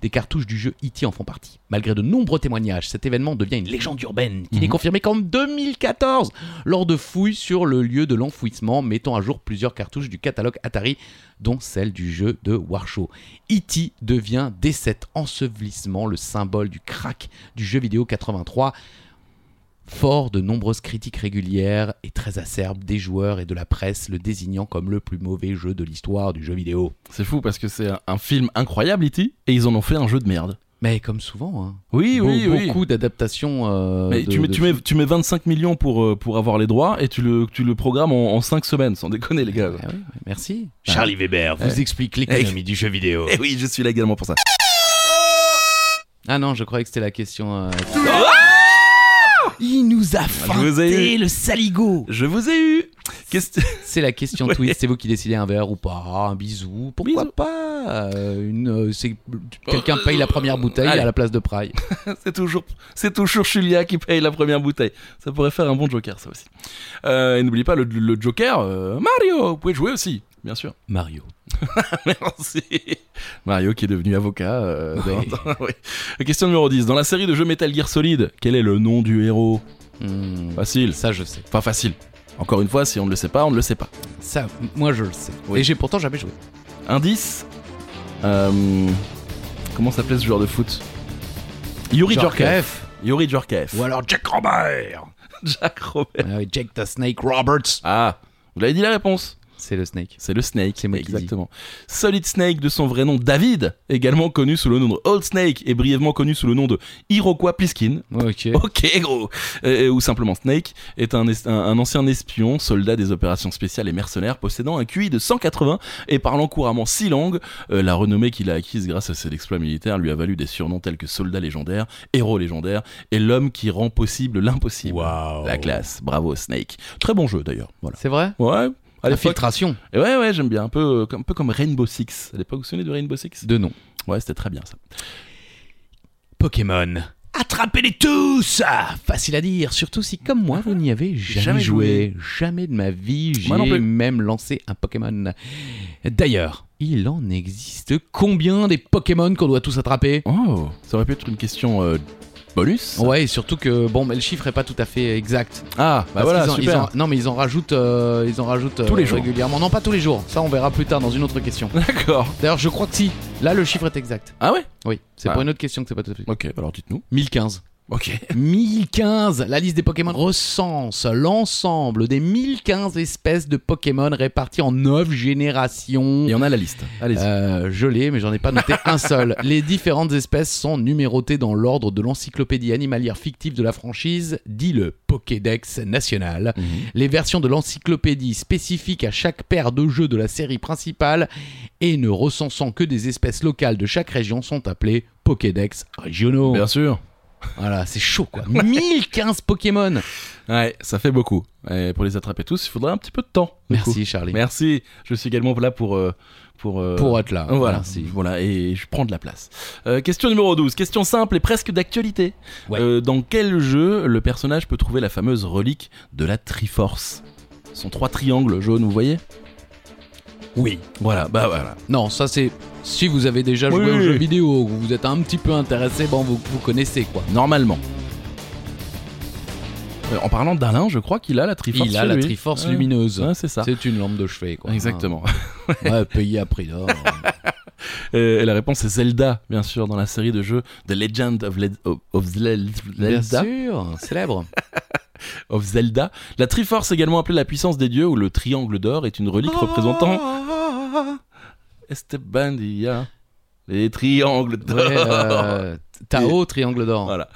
Des cartouches du jeu E.T. en font partie. Malgré de nombreux témoignages, cet événement devient une légende urbaine qui n'est
Mhm.
confirmée qu'en 2014 lors de fouilles sur le lieu de l'enfouissement, mettant à jour plusieurs cartouches du catalogue Atari, dont celle du jeu de Warshaw. E.T. devient dès cet ensevelissement le symbole du crack du jeu vidéo 83, fort de nombreuses critiques régulières et très acerbes des joueurs et de la presse, le désignant comme le plus mauvais jeu de l'histoire du jeu vidéo.
C'est fou parce que c'est un, un film incroyable, E.T. Et ils en ont fait un jeu de merde.
Mais comme souvent, hein,
Oui,
be-
oui, oui.
beaucoup d'adaptations. euh,
Mais
de-
tu, mets,
de
tu, mets, tu mets 25 millions pour, euh, pour avoir les droits et tu le, tu le programmes en, 5 semaines, sans déconner les gars.
Ah ouais, ouais, merci. Bah,
Ah.
Charlie Weber vous explique l'économie du jeu vidéo.
Et Eh oui, je suis là également pour ça.
Ah non, je croyais que c'était la question. euh, Il nous a feinté
ai
le saligo.
Je vous ai eu Question.
C'est la question
Ouais.
twist. C'est vous qui décidez un verre ou pas, un bisou, pourquoi
Bisous.
pas ça euh, une, euh, c'est- Quelqu'un paye la première bouteille
Allez.
à la place de Praille.
c'est toujours, c'est toujours Julia qui paye la première bouteille. Ça pourrait faire un bon Joker, ça aussi. Euh, et n'oublie pas le, le Joker, euh, Mario. Vous pouvez jouer aussi, bien sûr.
Mario.
Merci. Mario qui est devenu avocat. euh, dans-
Oui.
dans- oui. Question numéro 10. Dans la série de jeux Metal Gear Solid, quel est le nom du héros
Hmm,
Facile.
Ça, je sais.
Enfin, facile. Encore une fois, si on ne le sait pas, on ne le sait pas.
Ça, m- moi, je le sais.
Oui.
Et j'ai pourtant jamais joué.
Indice euh, Comment s'appelait ce joueur de foot Yuri Djorkaeff.
F.
Yuri Djorkaeff.
Ou alors Jack Robert.
Jack Robert.
Ah oui, Jack the Snake Roberts.
Ah, vous l'avez dit la réponse
C'est le Snake.
C'est le Snake.
C'est moi qui dis.
Exactement. Solid Snake de son vrai nom David, également connu sous le nom de Old Snake et brièvement connu sous le nom de Iroquois Pliskin.
Ok.
Ok gros Euh, Ou simplement Snake est un, es- un- un ancien espion, soldat des opérations spéciales et mercenaires, possédant un QI de 180 et parlant couramment six langues. Euh, la renommée qu'il a acquise grâce à ses exploits militaires lui a valu des surnoms tels que soldat légendaire, héros légendaire et l'homme qui rend possible l'impossible.
Waouh.
La classe, bravo Snake. Très bon jeu d'ailleurs, voilà.
C'est vrai
Ouais, à l'époque.
Infiltration
Et ouais, ouais, j'aime bien, un peu, euh, comme- un peu comme Rainbow Six. À l'époque, vous vous souvenez de Rainbow Six
de nom.
Ouais, c'était très bien ça.
Pokémon. Attrapez-les tous Ah, Facile à dire, surtout si, comme moi, vous n'y avez jamais,
Jamais
joué. Jamais de ma vie,
Moi non
j'ai
plus.
même lancé un Pokémon. D'ailleurs, il en existe combien des Pokémon qu'on doit tous attraper
Oh, ça aurait pu être une question euh, bonus.
Ouais, et surtout que bon, mais le chiffre est pas tout à fait exact.
Ah, bah
Parce
voilà,
qu'ils en-
super.
ils en- non, mais ils en rajoutent, euh, ils en rajoutent
Tous les
euh,
jours.
régulièrement. Non, pas tous les jours. Ça, on verra plus tard dans une autre question.
D'accord.
D'ailleurs, je crois que si. Là, le chiffre est exact.
Ah ouais
Oui, c'est
Ah.
pour une autre question que c'est pas tout à fait.
Ok, bah alors dites-nous.
1015.
Ok.
1015, la liste des Pokémon recense l'ensemble des 1015 espèces de Pokémon réparties en 9 générations.
Et on a la liste. Allez-y.
Euh, je l'ai, mais j'en ai pas noté un seul. Les différentes espèces sont numérotées dans l'ordre de l'encyclopédie animalière fictive de la franchise, dit le Pokédex national.
Mhm.
Les versions de l'encyclopédie spécifiques à chaque paire de jeux de la série principale et ne recensant que des espèces locales de chaque région sont appelées Pokédex régionaux.
Bien sûr.
Voilà, c'est chaud quoi. 1015 Pokémon.
Ouais, ça fait beaucoup. Et pour les attraper tous, il faudra un petit peu de temps. du coup.
Merci Charlie.
Merci. Je suis également là pour. euh, pour, euh,
Pour être là.
Voilà,
Merci.
voilà, et je prends de la place. Euh, question numéro 12, question simple et presque d'actualité.
Ouais.
Euh, dans quel jeu le personnage peut trouver la fameuse relique de la Triforce Ce sont trois triangles jaunes, vous voyez
Oui.
Voilà, bah voilà.
Non, ça c'est. Si vous avez déjà joué
Oui.
aux jeux vidéo, que vous êtes un petit peu intéressé, bon, vous, vous connaissez quoi.
Normalement. Euh, en parlant d'Alain, je crois qu'il a la Triforce.
Il a
chez
la
lui.
Triforce
Ouais.
lumineuse.
Ouais, c'est ça.
C'est une lampe de chevet quoi.
Exactement.
Ouais, payé à prix d'or.
Euh, et la réponse est Zelda, bien sûr, dans la série de jeux The Legend of, Led- of- of Zel-
Bien
Zelda.
sûr, célèbre.
of Zelda. La Triforce, également appelée la puissance des dieux, ou le triangle d'or, est une relique
Oh
représentant Estebandia. Les triangles
Ouais,
d'or.
euh, Tao, triangle d'or.
Voilà.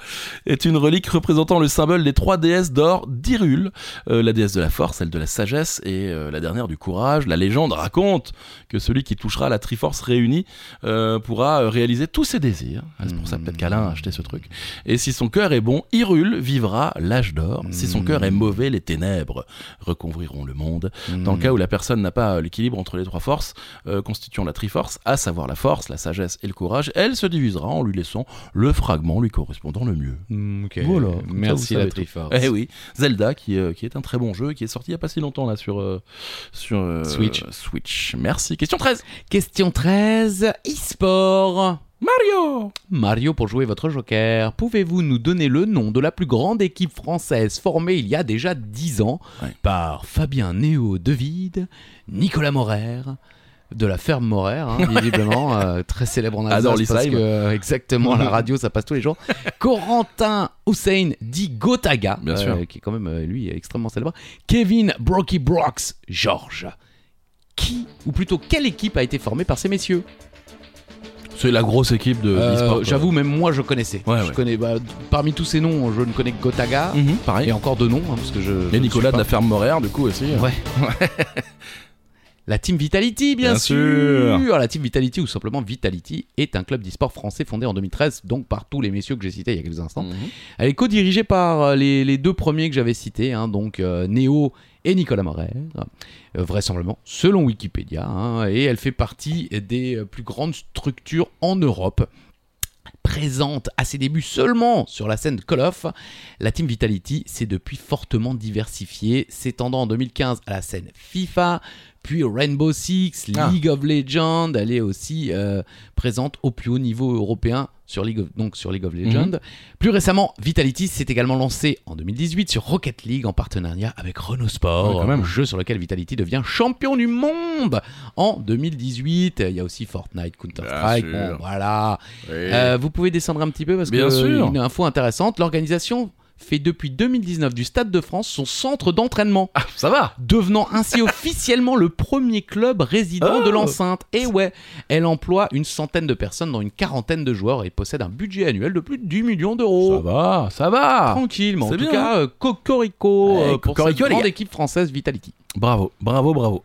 Est une relique représentant le symbole des trois déesses d'or d'Irul, Euh, la déesse de la force, celle de la sagesse et euh, la dernière du courage. La légende raconte que celui qui touchera la Triforce réunie euh, pourra euh, réaliser tous ses désirs. Ah, c'est pour ça
Mm.
peut-être qu'Alain a acheté ce truc. Et si son cœur est bon, Irul vivra l'âge d'or. Si son
Mm.
cœur est mauvais, les ténèbres recouvriront le monde. Dans le
Hmm.
cas où la personne n'a pas euh, l'équilibre entre les trois forces euh, constituant la triforce, à savoir la force, la sagesse et le courage, elle se divisera en lui laissant le fragment lui correspondant le mieux.
Hmm, ok.
Voilà, comme euh, ça, vous
Merci la
savez tout.
Triforce.
Eh oui, Zelda qui, euh, qui est un très bon jeu qui est sorti il y a pas si longtemps là sur euh, sur euh,
Switch.
Switch. Merci. Question 13.
Question 13, e-sport.
Mario.
Mario, pour jouer votre Joker, pouvez-vous nous donner le nom de la plus grande équipe française formée il y a déjà 10 ans
Ouais.
par Fabien Néo Devide, Nicolas Morer, de la ferme Morer, hein, visiblement, euh, très célèbre en
Adore
Alsace parce
Lisheim.
que euh, exactement à la radio ça passe tous les jours. Corentin Hussein dit Gotaga,
Bien sûr.
qui est quand même euh, lui extrêmement célèbre. Kevin Brocky Brox, Georges. Qui, ou plutôt quelle équipe a été formée par ces messieurs
C'est la grosse équipe de
euh,
e-sport, quoi.
J'avoue, même moi, je connaissais.
Ouais,
je
ouais.
connais, bah, d- parmi tous ces noms, je ne connais que Gotaga
Mhm, pareil.
et encore deux noms, hein, parce que je. je
Et
ne
Nicolas de
suis
la
pas-
ferme Moraire du coup aussi.
Ouais. La Team Vitality, bien,
Bien
sûr. Ah,
sûr.
La Team Vitality, ou simplement Vitality, est un club d'e-sport français fondé en 2013, donc par tous les messieurs que j'ai cités il y a quelques instants.
Mhm.
Elle est co-dirigée par euh, les, les deux premiers que j'avais cités, hein, donc euh, Neo et Nicolas Morer, euh, vraisemblablement, selon Wikipédia, hein, et elle fait partie des euh, plus grandes structures en Europe. Présente à ses débuts seulement sur la scène de Call of, la Team Vitality s'est depuis fortement diversifiée, s'étendant en 2015 à la scène FIFA, puis au Rainbow Six,
Ah.
League of Legends, elle est aussi euh, présente au plus haut niveau européen sur League of, donc sur League of Legends. Plus récemment, Vitality s'est également lancé en 2018 sur Rocket League en partenariat avec Renault Sport,
Ouais, quand même.
un jeu sur lequel Vitality devient champion du monde en 2018. Il y a aussi Fortnite, Counter-Strike,
Bien sûr.
bon, voilà.
Oui.
Euh, vous pouvez descendre un petit peu parce
Bien
que
sûr.
une info intéressante, l'organisation fait depuis 2019 du Stade de France son centre d'entraînement
Ah, ça va
devenant ainsi officiellement le premier club résident
Oh.
de l'enceinte. Et ouais, elle emploie une centaine de personnes, dont une quarantaine de joueurs, et possède un budget annuel de plus de 10 millions
Ça
d'euros.
va, ça va
Tranquille, mais en
C'est
tout
bien,
cas, euh, Cocorico
Ouais,
euh, pour
cocorico,
cette
Eh, les
grande
gars.
équipe française Vitality.
Bravo, bravo, bravo.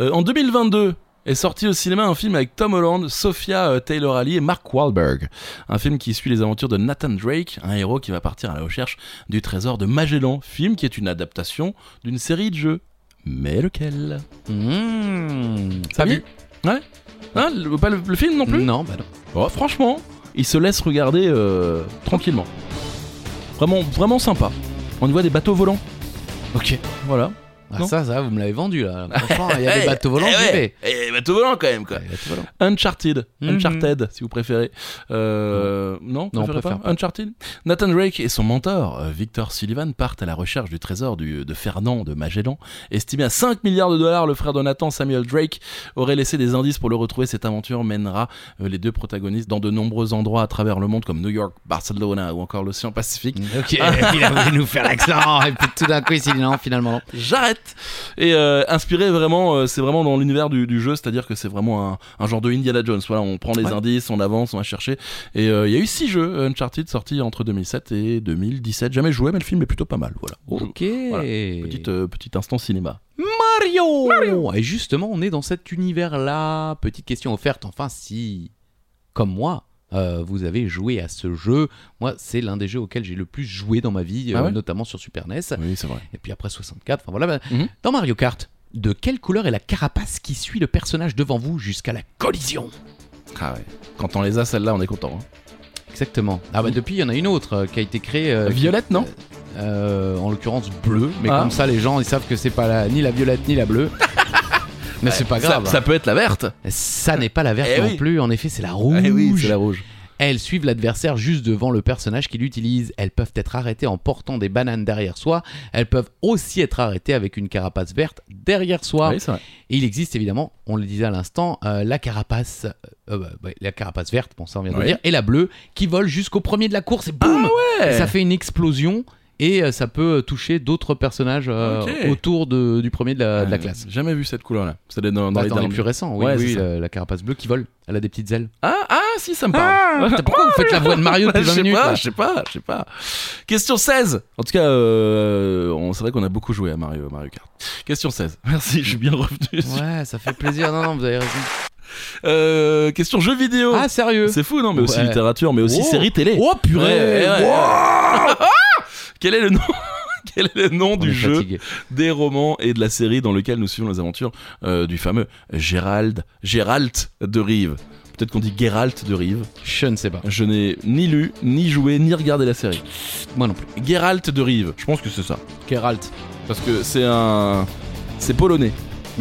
Euh, en 2022 est sorti au cinéma un film avec Tom Holland, Sophia euh, Taylor-Alli et Mark Wahlberg. Un film qui suit les aventures de Nathan Drake, un héros qui va partir à la recherche du trésor de Magellan. Film qui est une adaptation d'une série de jeux. Mais lequel
Mmh,
Pas vu Ouais Hein, le, Pas le, le film non plus
Non, bah non.
Oh, Franchement, il se laisse regarder euh, tranquillement. Vraiment, vraiment sympa. On y voit des bateaux volants.
Ok.
Voilà.
Ah,
Non.
ça, ça, vous me l'avez vendu là. Franchement, il y a des bateaux volants, j'y vais.
Il y a des Eh bateaux volants quand même, quoi.
Ouais, les bateaux volants.
Uncharted,
Mhm.
Uncharted si vous préférez. Euh, non,
Non, on
préférez
préfère
pas Uncharted. Nathan Drake et son mentor euh, Victor Sullivan partent à la recherche du trésor du- de Fernand de Magellan, estimé à 5 milliards de dollars. Le frère de Nathan, Samuel Drake, aurait laissé des indices pour le retrouver. Cette aventure mènera euh, les deux protagonistes dans de nombreux endroits à travers le monde, comme New York, Barcelona ou encore l'océan Pacifique.
Mmh, Ok, il a voulu nous faire l'accent, et puis tout d'un coup, il s'est dit non, finalement non.
J'arrête. Et euh, inspiré vraiment, euh, c'est vraiment dans l'univers du, du jeu, c'est-à-dire que c'est vraiment un, un genre de Indiana Jones. Voilà, on prend les
Ouais.
indices, on avance, on va chercher. Et euh, il y a eu six jeux euh, Uncharted sortis entre 2007 et 2017. Jamais joué, mais le film est plutôt pas mal. Voilà.
Ok.
Voilà. Petite, euh, petit instant cinéma.
Mario, Et justement, on est dans cet univers-là. Petite question offerte, enfin, si, comme moi, euh, vous avez joué à ce jeu, moi, c'est l'un des jeux auxquels j'ai le plus joué dans ma vie,
Ah
euh,
ouais
notamment sur Super NES,
Oui, c'est vrai.
et puis après 64, enfin voilà. bah,
Mhm.
Dans Mario Kart, de quelle couleur est la carapace qui suit le personnage devant vous jusqu'à la collision
Ah ouais. Quand on les a, celle-là, on est content. hein.
Exactement. Ah bah depuis, il y en a une autre euh, qui a été créée, euh, qui-
Violette, non
euh, en l'occurrence bleue, mais
Ah.
comme ça, les gens, ils savent que c'est pas la- ni la violette ni la bleue. Mais c'est pas grave.
Ça, ça peut être la verte.
Ça n'est pas la verte
Eh
non
oui.
plus, en effet, c'est la rouge.
Eh oui, c'est la rouge.
Elles suivent l'adversaire juste devant le personnage qui l'utilise. Elles peuvent être arrêtées en portant des bananes derrière soi. Elles peuvent aussi être arrêtées avec une carapace verte derrière soi.
Oui, c'est vrai.
Et il existe évidemment, on le disait à l'instant, euh, la carapace, euh, bah, ouais, la carapace verte, bon ça on vient de le
Ouais. Ah
dire, et la bleue qui vole jusqu'au premier de la course et boum,
ouais
ça fait une explosion. Et euh, ça peut euh, toucher d'autres personnages euh,
Ok.
autour de- du premier de la, de la
Euh,
classe. Bah,
Jamais vu cette couleur-là. C'est dans, dans les
Attends, les
derniers.
plus récents, oui,
Ouais,
oui,
c'est ça.
la, la carapace bleue qui vole. Elle a des petites ailes.
Ah, ah, si, ça me parle.
Putain, pourquoi vous faites la voix de Mario depuis
je
20
sais
minutes
pas,
là
je sais pas, je sais pas. Question 16. En tout cas, euh, on- c'est vrai qu'on a beaucoup joué à Mario, Mario Kart. Question 16. Merci, je suis bien revenu. sur-
Ouais, ça fait plaisir. Non, non, vous avez raison.
Euh, question jeux vidéo.
Ah, sérieux
c'est fou, non Mais aussi
Ouais.
littérature, mais aussi
Oh.
série télé.
Oh purée
Ouais, ouais, ouais. Ah Quel est le nom Quel est le nom
On
du
est
jeu,
fatigué.
des romans et de la série dans lequel nous suivons les aventures euh, du fameux Gérald, Gérald de Rive. Peut-être qu'on dit Gérald de Rive.
Je ne sais pas.
Je n'ai ni lu, ni joué, ni regardé la série.
Moi non plus.
Geralt de Rive. Je pense que c'est ça.
Geralt.
Parce que c'est un. C'est polonais.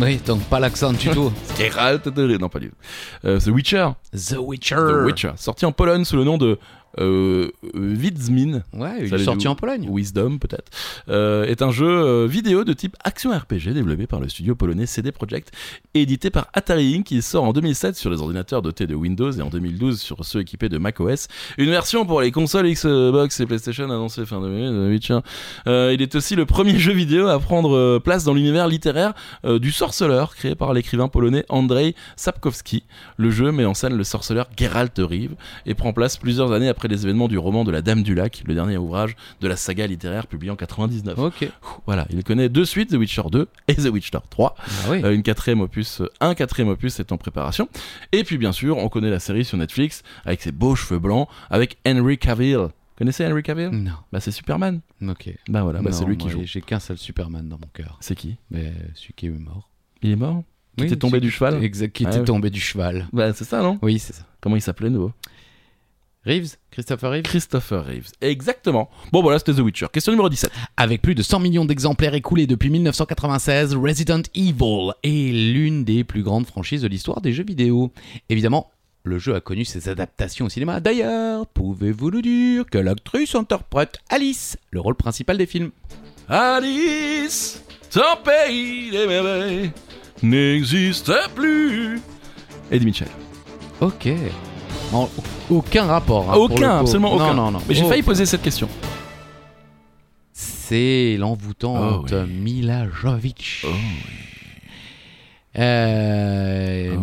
Oui, donc pas l'accent du tout.
Geralt de Rive. Non, pas du tout. Euh, The Witcher.
The Witcher.
The Witcher. Sorti en Pologne sous le nom de. Euh, Widzmin,
Ouais, il
Ça
est
les
sorti
joue.
en Pologne.
Wisdom peut-être, euh, est un jeu euh, vidéo de type action RPG développé par le studio polonais CD Projekt et édité par Atari Inc. qui sort en 2007 sur les ordinateurs dotés de Windows et en 2012 sur ceux équipés de macOS. Une version pour les consoles Xbox et PlayStation annoncée fin 2008. The Witcher. Euh, il est aussi le premier jeu vidéo à prendre euh, place dans l'univers littéraire euh, du sorceleur créé par l'écrivain polonais Andrzej Sapkowski. Le jeu met en scène le sorceleur Geralt de Rive et prend place plusieurs années après les événements du roman de la Dame du Lac, le dernier ouvrage de la saga littéraire publié en 99.
Ok.
Ouh, Voilà, il connaît de suite The Witcher 2 et The Witcher 3.
Ah oui.
Euh, une quatrième opus, euh, un quatrième opus est en préparation. Et puis bien sûr, on connaît la série sur Netflix avec ses beaux cheveux blancs, avec Henry Cavill Connaissez Henry Cavill
Non.
Bah c'est Superman.
Ok.
Bah voilà, bah, c'est
Mm. Non,
lui qui
moi,
joue.
J'ai qu'un seul Superman dans mon cœur.
C'est qui
Mais euh, celui qui est mort.
Il est mort Qui
Oui,
était tombé
celui-
du cheval
Exact, qui
Ah
était
oui.
tombé du cheval.
Bah c'est ça non
Oui, c'est ça.
Comment il s'appelait nouveau
Reeves Christopher Reeves
Christopher Reeves. Exactement. Bon voilà, c'était The Witcher. Question numéro 17.
Avec plus de 100 millions d'exemplaires écoulés depuis 1996, Resident Evil est l'une des plus grandes franchises de l'histoire des jeux vidéo. Évidemment, le jeu a connu ses adaptations au cinéma. D'ailleurs, pouvez-vous nous dire que l'actrice interprète Alice, le rôle principal des films
Alice, ton pays des merveilles n'existe plus. Eddie Mitchell.
Ok. En- aucun rapport. hein, pour le
aucun,
coup.
absolument aucun.
Non, non, non.
Mais j'ai
Oh.
failli poser cette question.
C'est l'envoûtante
Oh oui. Oh
Mila Jovovich.
Ah
Euh,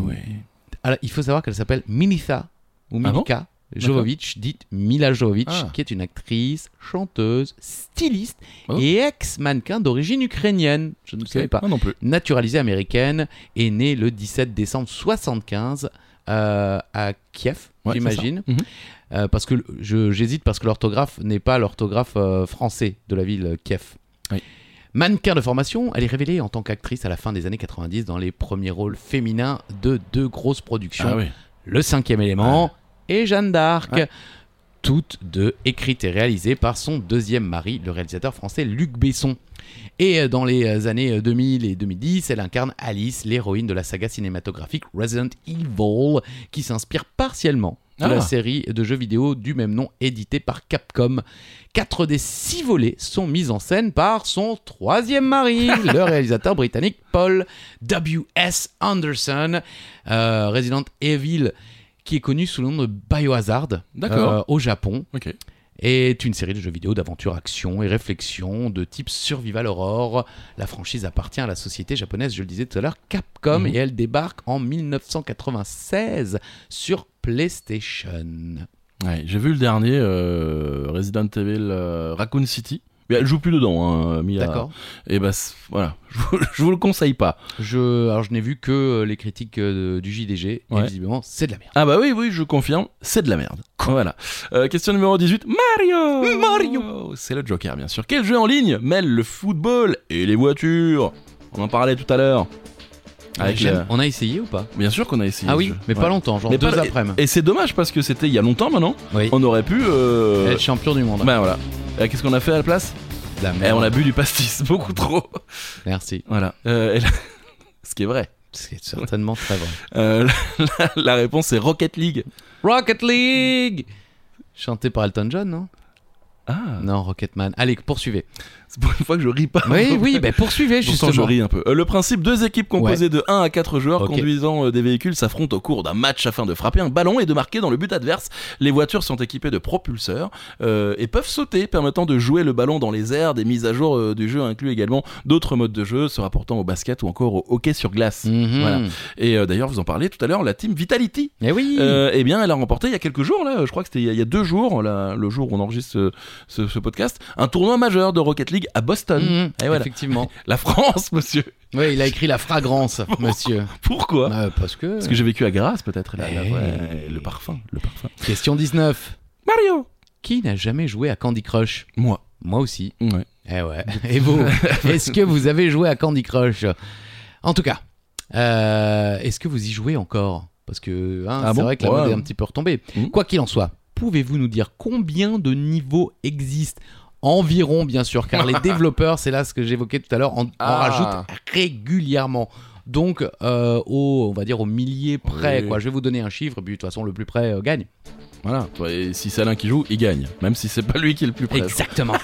alors, il faut savoir qu'elle s'appelle Militha ou
Ah bon
Milika Jovovich, dite Mila Jovovich,
Ah.
qui est une actrice, chanteuse, styliste
Oh.
et ex-mannequin d'origine ukrainienne. Je ne savais pas.
Moi non plus.
Naturalisée américaine, est née le 17 décembre 75 euh, à Kiev,
Ouais,
j'imagine.
c'est ça. Mhm.
Euh, parce que le- je- j'hésite parce que l'orthographe n'est pas l'orthographe euh, français de la ville euh, Kiev.
Oui.
Mannequin de formation, elle est révélée en tant qu'actrice à la fin des années 90 dans les premiers rôles féminins de deux grosses productions,
Ah oui.
Le Cinquième Élément et Jeanne d'Arc, toutes deux écrites et réalisées par son deuxième mari, le réalisateur français Luc Besson. Et euh, dans les euh, années euh, 2000 et 2010, elle incarne Alice, l'héroïne de la saga cinématographique Resident Evil, qui s'inspire partiellement de
Ah.
la série de jeux vidéo du même nom éditée par Capcom. Quatre des six volets sont mis en scène par son troisième mari, le réalisateur britannique Paul W.S. Anderson, euh, Resident Evil, qui est connu sous le nom de Biohazard
D'accord.
euh, au Japon
Ok.
est une série de jeux vidéo d'aventure, action et réflexion de type survival horror. La franchise appartient à la société japonaise, je le disais tout à l'heure, Capcom,
Mhm.
et elle débarque en 1996 sur PlayStation.
Ouais, j'ai vu le dernier euh, Resident Evil euh, Raccoon City. Mais elle joue plus dedans, hein, Mila.
D'accord.
Et bah c'est- voilà, je vous, je vous le conseille pas.
Je, alors je n'ai vu que euh, les critiques euh, du JDG,
Ouais.
et visiblement c'est de la merde.
Ah bah oui, oui, je confirme, c'est de la merde. Voilà. Euh, question numéro 18, Mario Mario C'est le Joker, bien sûr. Quel jeu en ligne mêle le football et les voitures On en parlait tout à l'heure. Avec euh,
J'aime.
le-
On a essayé ou pas
Bien sûr qu'on a essayé.
Ah
ce
oui,
jeu.
mais
Ouais.
pas longtemps, genre
Mais
deux
pas-
après-midi.
Et c'est dommage parce que c'était il y a longtemps maintenant.
Oui.
On aurait pu... euh,
Être champion du monde.
Ben voilà. Euh, Qu'est-ce qu'on a fait à la place
De la
Eh,
merde.
On a bu du pastis, beaucoup trop.
Merci.
Voilà. Euh, et la- Ce qui est vrai.
C'est certainement très vrai.
Euh, la, la- la réponse est Rocket League.
Rocket League Chanté par Elton John, non
Ah,
Non, Rocketman. Allez, poursuivez.
c'est pour une fois que je ris pas.
Oui, oui, ben poursuivez
Pourtant, je
justement.
ris un peu. Euh, le principe, deux équipes composées de 1 à 4 joueurs
Ok.
conduisant euh, des véhicules s'affrontent au cours d'un match afin de frapper un ballon et de marquer dans le but adverse. Les voitures sont équipées de propulseurs euh, et peuvent sauter, permettant de jouer le ballon dans les airs. Des mises à jour euh, du jeu incluent également d'autres modes de jeu se rapportant au basket ou encore au hockey sur glace.
Mhm.
Voilà. Et euh, d'ailleurs, vous en parlez tout à l'heure, la team Vitality
Eh oui
Euh, eh bien, elle a remporté il y a quelques jours, là, je crois que c'était il y a- il y a deux jours, là, le jour où on enregistre ce, ce- ce podcast, un tournoi majeur de Rocket League à Boston.
Mhm.
Et voilà.
Effectivement.
La France, monsieur
Oui, il a écrit la fragrance, monsieur.
Pourquoi
Euh, parce que...
Parce que j'ai vécu à Grasse, peut-être. la- la-
Eh.
ouais, le parfum, le parfum.
Question 19.
Mario
Qui n'a jamais joué à Candy Crush
Moi.
Moi aussi.
Ouais.
Eh ouais. Et vous Est-ce que vous avez joué à Candy Crush En tout cas, euh, est-ce que vous y jouez encore Parce que hein,
Ah
c'est
bon
vrai que la
Ouais.
mode est un petit peu retombée.
Mhm.
Quoi qu'il en soit, pouvez-vous nous dire combien de niveaux existent Environ, bien sûr, car les développeurs, c'est là ce que j'évoquais tout à l'heure, en, en
Ah.
rajoutent régulièrement. Donc, euh, au, on va dire au millier près,
Oui.
quoi. Je vais vous donner un chiffre, puis de toute façon, le plus près euh, gagne.
Voilà. Et si c'est Alain qui joue, il gagne. Même si c'est pas lui qui est le plus près. je
Exactement.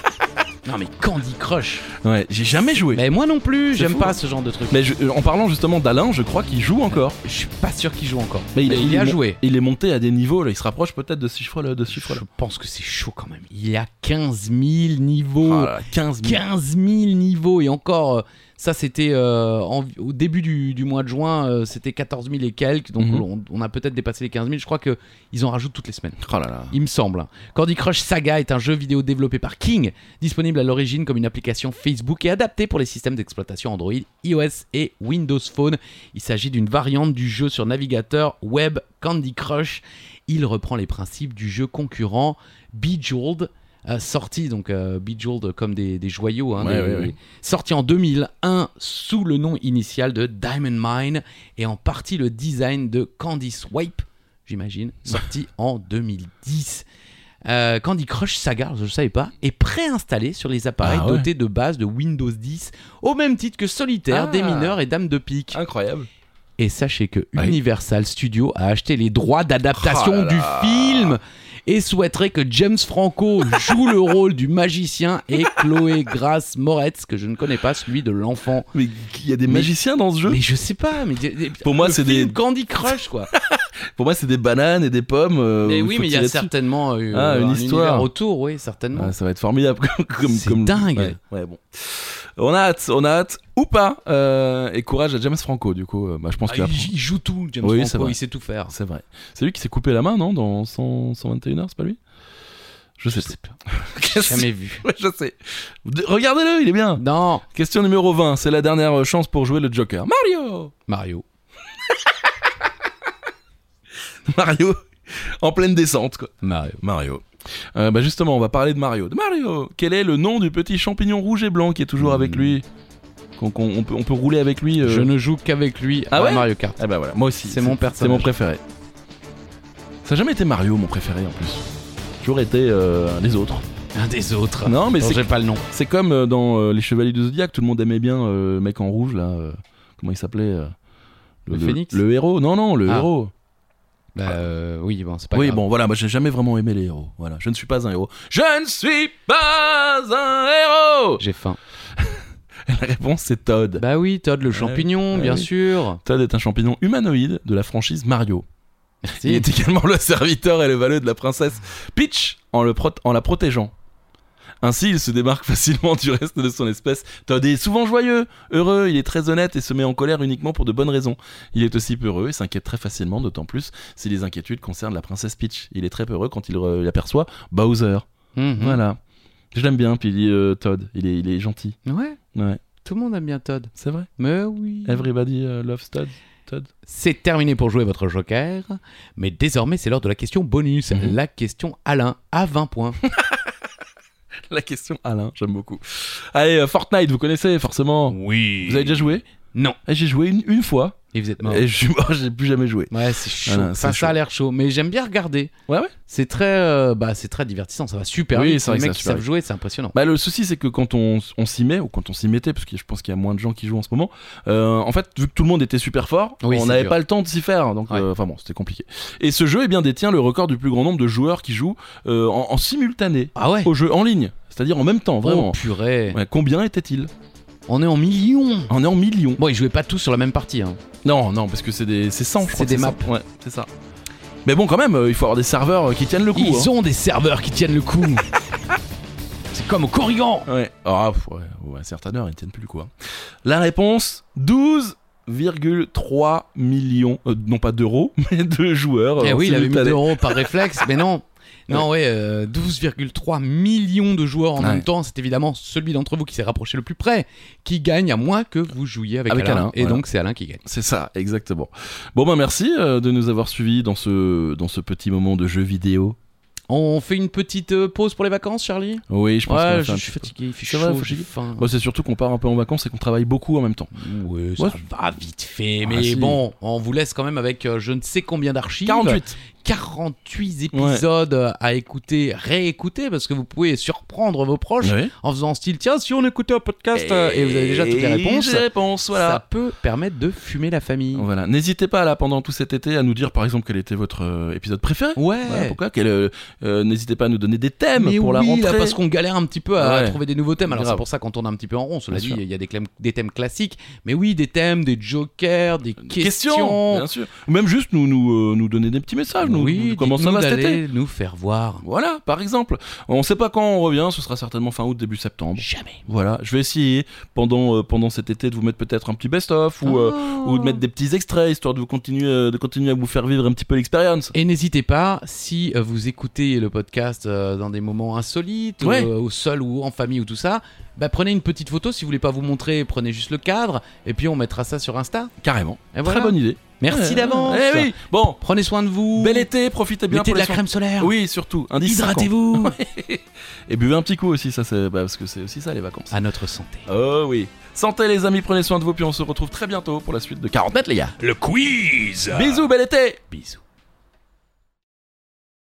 non, mais Candy Crush.
crois. Ouais, j'ai jamais joué. Mais,
Mais moi non plus,
C'est
j'aime
fou,
pas
hein.
ce genre de truc.
je- en parlant justement d'Alain, je crois qu'il joue encore.
Je suis pas sûr qu'il joue encore.
Mais
Mais
il
il,
a- il
y a
est mon-
joué.
Il est monté à des niveaux, là, il se rapproche peut-être de ce chiffre-là. De ce
Je
chiffre-là.
pense que c'est chaud quand même. Il y a 15 000 niveaux.
Oh là là, 15 000.
15 000 niveaux et encore, euh, Ça, c'était euh, en- au début du, du mois de juin, euh, c'était 14 000 et quelques, donc
Mhm.
on, on a peut-être dépassé les 15 000. Je crois que ils en rajoutent toutes les semaines.
Oh là là.
Il me semble. Candy Crush Saga est un jeu vidéo développé par King, disponible à l'origine comme une application Facebook et adapté pour les systèmes d'exploitation Android, iOS et Windows Phone. Il s'agit d'une variante du jeu sur navigateur web Candy Crush. Il reprend les principes du jeu concurrent Bejeweled. euh, sorti donc euh, Bejeweled comme des, des joyaux, hein,
Ouais,
des-
ouais, ouais.
sorti en 2001 sous le nom initial de Diamond Mine et en partie le design de Candy Swipe, j'imagine, sorti en 2010. Euh, Candy Crush Saga, je ne savais pas, est préinstallé sur les appareils
Ah ouais.
dotés de base de Windows 10, au même titre que Solitaire,
Ah.
Des Mineurs et Dames de Pique.
Incroyable.
Et sachez que
Ah oui.
Universal Studios a acheté les droits d'adaptation
Oh là
du
là.
film et souhaiterait que James Franco joue le rôle du magicien et Chloé Grace Moretz, que je ne connais pas, celui de l'enfant.
Mais il y a des
Mais-
magiciens dans ce jeu.
Mais je sais pas, mais
Pour moi,
le
c'est
film
des-
Candy Crush quoi.
Pour moi, c'est des bananes et des pommes. euh,
mais
où
oui,
faut
mais il y a
tirer dessus.
certainement euh,
Ah, une
un
histoire.
univers autour, oui, certainement.
Ah, ça va être formidable comme, comme-
C'est
comme-
dingue.
Ouais, ouais, bon. On a hâte, on a hâte ou pas. euh, et courage à James Franco du coup. euh, bah, je pense
Ah,
qu'il va
il, il joue tout, James
Oui, c'est
Franco,
vrai.
il sait tout faire.
C'est vrai. C'est lui qui s'est coupé la main, non Dans 100 121 heures, c'est pas lui Je sais
Je
plus.
sais pas,
Question-
jamais vu.
Ouais, je sais. De- Regardez-le, il est bien.
Non,
Question numéro 20, c'est la dernière euh, chance pour jouer le Joker. Mario
Mario.
Mario en pleine descente, quoi.
Mario.
Mario. Euh, bah justement, on va parler de Mario. De Mario Quel est le nom du petit champignon rouge et blanc qui est toujours avec
Hmm.
lui Qu'on- qu'on- on, peut, on peut rouler avec lui euh,
Je ne joue qu'avec lui
Ah
à
ouais
Mario Kart.
Ah bah voilà, moi aussi.
C'est mon
C'est mon
personnage.
préféré. Ça n'a jamais été Mario, mon préféré en plus. Toujours été euh, les autres.
Un des autres.
Non, mais
dont
c'est-
j'ai pas le nom.
C'est comme euh, dans euh, Les Chevaliers du Zodiac, tout le monde aimait bien euh, le mec en rouge là. euh, comment il s'appelait euh,
Le phénix
Le héros Non, non, le
Ah.
héros.
Bah, euh, oui, bon, c'est pas
oui,
grave.
bon, voilà, moi j'ai jamais vraiment aimé les héros. Voilà, je ne suis pas un héros. Je ne suis pas un héros
J'ai faim.
La réponse c'est Todd.
Bah oui, Todd le champignon,
ouais,
bien
Bah oui.
sûr.
Todd est un champignon humanoïde de la franchise Mario. Il
Merci.
est également le serviteur et le valet de la princesse Peach en, le prot- en la protégeant. Ainsi, il se démarque facilement du reste de son espèce. Todd est souvent joyeux, heureux, il est très honnête et se met en colère uniquement pour de bonnes raisons. Il est aussi peureux et s'inquiète très facilement, d'autant plus si les inquiétudes concernent la princesse Peach. Il est très peureux quand il, re- il aperçoit Bowser.
Mhm.
Voilà. Je l'aime bien, puis il est, euh, Todd, il est, il est gentil.
Ouais,
Ouais,
tout le monde aime bien Todd.
c'est vrai.
Mais oui.
Everybody euh, loves Todd. Todd.
C'est terminé pour jouer votre joker. Mais désormais, c'est l'heure de la question bonus.
Mhm.
La question Alain à 20 points.
La question Alain, j'aime beaucoup. Allez, euh, Fortnite, vous connaissez forcément.
oui.
Vous avez déjà joué
Non.
Eh, J'ai joué une, une fois
Et vous êtes mort.
et je suis mort, j'ai plus jamais joué.
Ouais, c'est chaud.
Voilà, c'est
Enfin,
chaud.
ça a l'air chaud. Mais j'aime bien regarder.
Ouais, ouais.
C'est très, euh, bah, c'est très divertissant. Ça va super
Oui,
vite.
c'est
Les
vrai que ça va
mecs qui
super
savent jouer, c'est impressionnant.
Bah, le souci, c'est que quand on, s- on s'y met, ou quand on s'y mettait, parce que je pense qu'il y a moins de gens qui jouent en ce moment, euh, en fait, vu que tout le monde était super fort,
Oui,
on
c'est
n'avait
dur.
pas le temps de s'y faire. Donc,
Ouais.
euh, enfin bon, c'était compliqué. Et ce jeu, eh bien, détient le record du plus grand nombre de joueurs qui jouent euh, en, en simultané
Ah ouais
au jeu en ligne, c'est-à-dire en même temps,
Oh
vraiment.
purée.
Oh, Ouais, combien était-il
On est en millions.
On est en millions.
Bon, ils jouaient pas tous sur la même partie. Hein.
Non, non, parce que c'est des, c'est 100, je
C'est
crois. que
des
ça. Ouais, c'est ça. Mais bon, quand même, euh, il faut avoir des serveurs euh, qui tiennent le coup.
Ils
hein.
ont des serveurs qui tiennent le coup. c'est comme au Corrigan.
Ouais. Ah, pff, ouais, ouais, à certaines heures, ils tiennent plus le coup. hein. La réponse 12,3 millions, euh, non pas d'euros, mais de joueurs.
Eh
euh,
oui, il avait mis 2
simultanés.
euros par réflexe, mais non. Non, ouais, euh, 12,3 millions de joueurs en
Ouais.
même temps. C'est évidemment celui d'entre vous qui s'est rapproché le plus près qui gagne, à moins que vous jouiez avec,
Avec Alain,
Et
voilà.
donc, c'est Alain qui gagne.
C'est ça, exactement. Bon, ben merci euh, de nous avoir suivis dans ce, dans ce petit moment de jeu vidéo.
On fait une petite euh, pause pour les vacances, Charlie
Oui, je pense qu'on va faire
Ouais, je
un
suis
petit peu.
fatigué, il fait
C'est vrai,
chaud, j'ai
fatigué.
faim.
Bon, c'est surtout qu'on part un peu en vacances et qu'on travaille beaucoup en même temps.
Ouais, ça
Ouais.
va vite fait,
Ah,
mais
si.
bon, on vous laisse quand même avec euh, je ne sais combien d'archives.
48
48 épisodes euh, à écouter, réécouter, parce que vous pouvez surprendre vos proches
Ouais.
en faisant style tiens, si on écoutait un podcast euh, et, vous avez déjà toutes les réponses,
j'ai les réponses, voilà.
ça peut permettre de fumer la famille.
Voilà, n'hésitez pas là pendant tout cet été à nous dire par exemple quel était votre euh, épisode préféré.
Ouais,
Voilà, pourquoi Quel, euh, euh, N'hésitez pas à nous donner des thèmes
Mais
pour la
oui,
rentrée.
là, parce qu'on galère un petit peu à
Ouais.
trouver des nouveaux thèmes. Alors
Grave.
c'est pour ça qu'on tourne un petit peu en rond. Cela
Bien
dit,
sûr.
il y a des, clem- des thèmes classiques, mais oui, des thèmes, des jokers, des questions.
bien sûr. Ou même juste nous, nous, euh, nous donner des petits messages, nous,
oui,
nous- comment ça
dites-nous
va cet été.
d'aller nous faire voir.
Voilà, par exemple. On sait pas quand on revient, ce sera certainement fin août, début septembre.
Jamais.
Voilà, je vais essayer pendant, euh, pendant cet été de vous mettre peut-être un petit best-of ou, euh,
Oh.
ou de mettre des petits extraits histoire de vous continuer, euh, de continuer à vous faire vivre un petit peu l'expérience.
Et n'hésitez pas, si euh, vous écoutez le podcast euh, dans des moments insolites,
Ouais.
ou, euh, au seul ou en famille ou tout ça, bah, prenez une petite photo. Si vous voulez pas vous montrer, prenez juste le cadre et puis on mettra ça sur Insta.
Carrément.
Et voilà.
Très bonne idée.
Merci
Ouais.
d'avance.
Eh oui. Bon,
Prenez soin de vous.
bel été, profitez bien
Mettez
pour
de la
les
crème solaire.
Oui, surtout. Indice 50.
Hydratez-vous.
Et buvez un petit coup aussi, ça c'est bah, parce que c'est aussi ça les vacances.
À notre santé.
Oh oui. Santé les amis, prenez soin de vous puis on se retrouve très bientôt pour la suite de 40 mètres les gars.
Le quiz.
Bisous, bel été.
Bisous.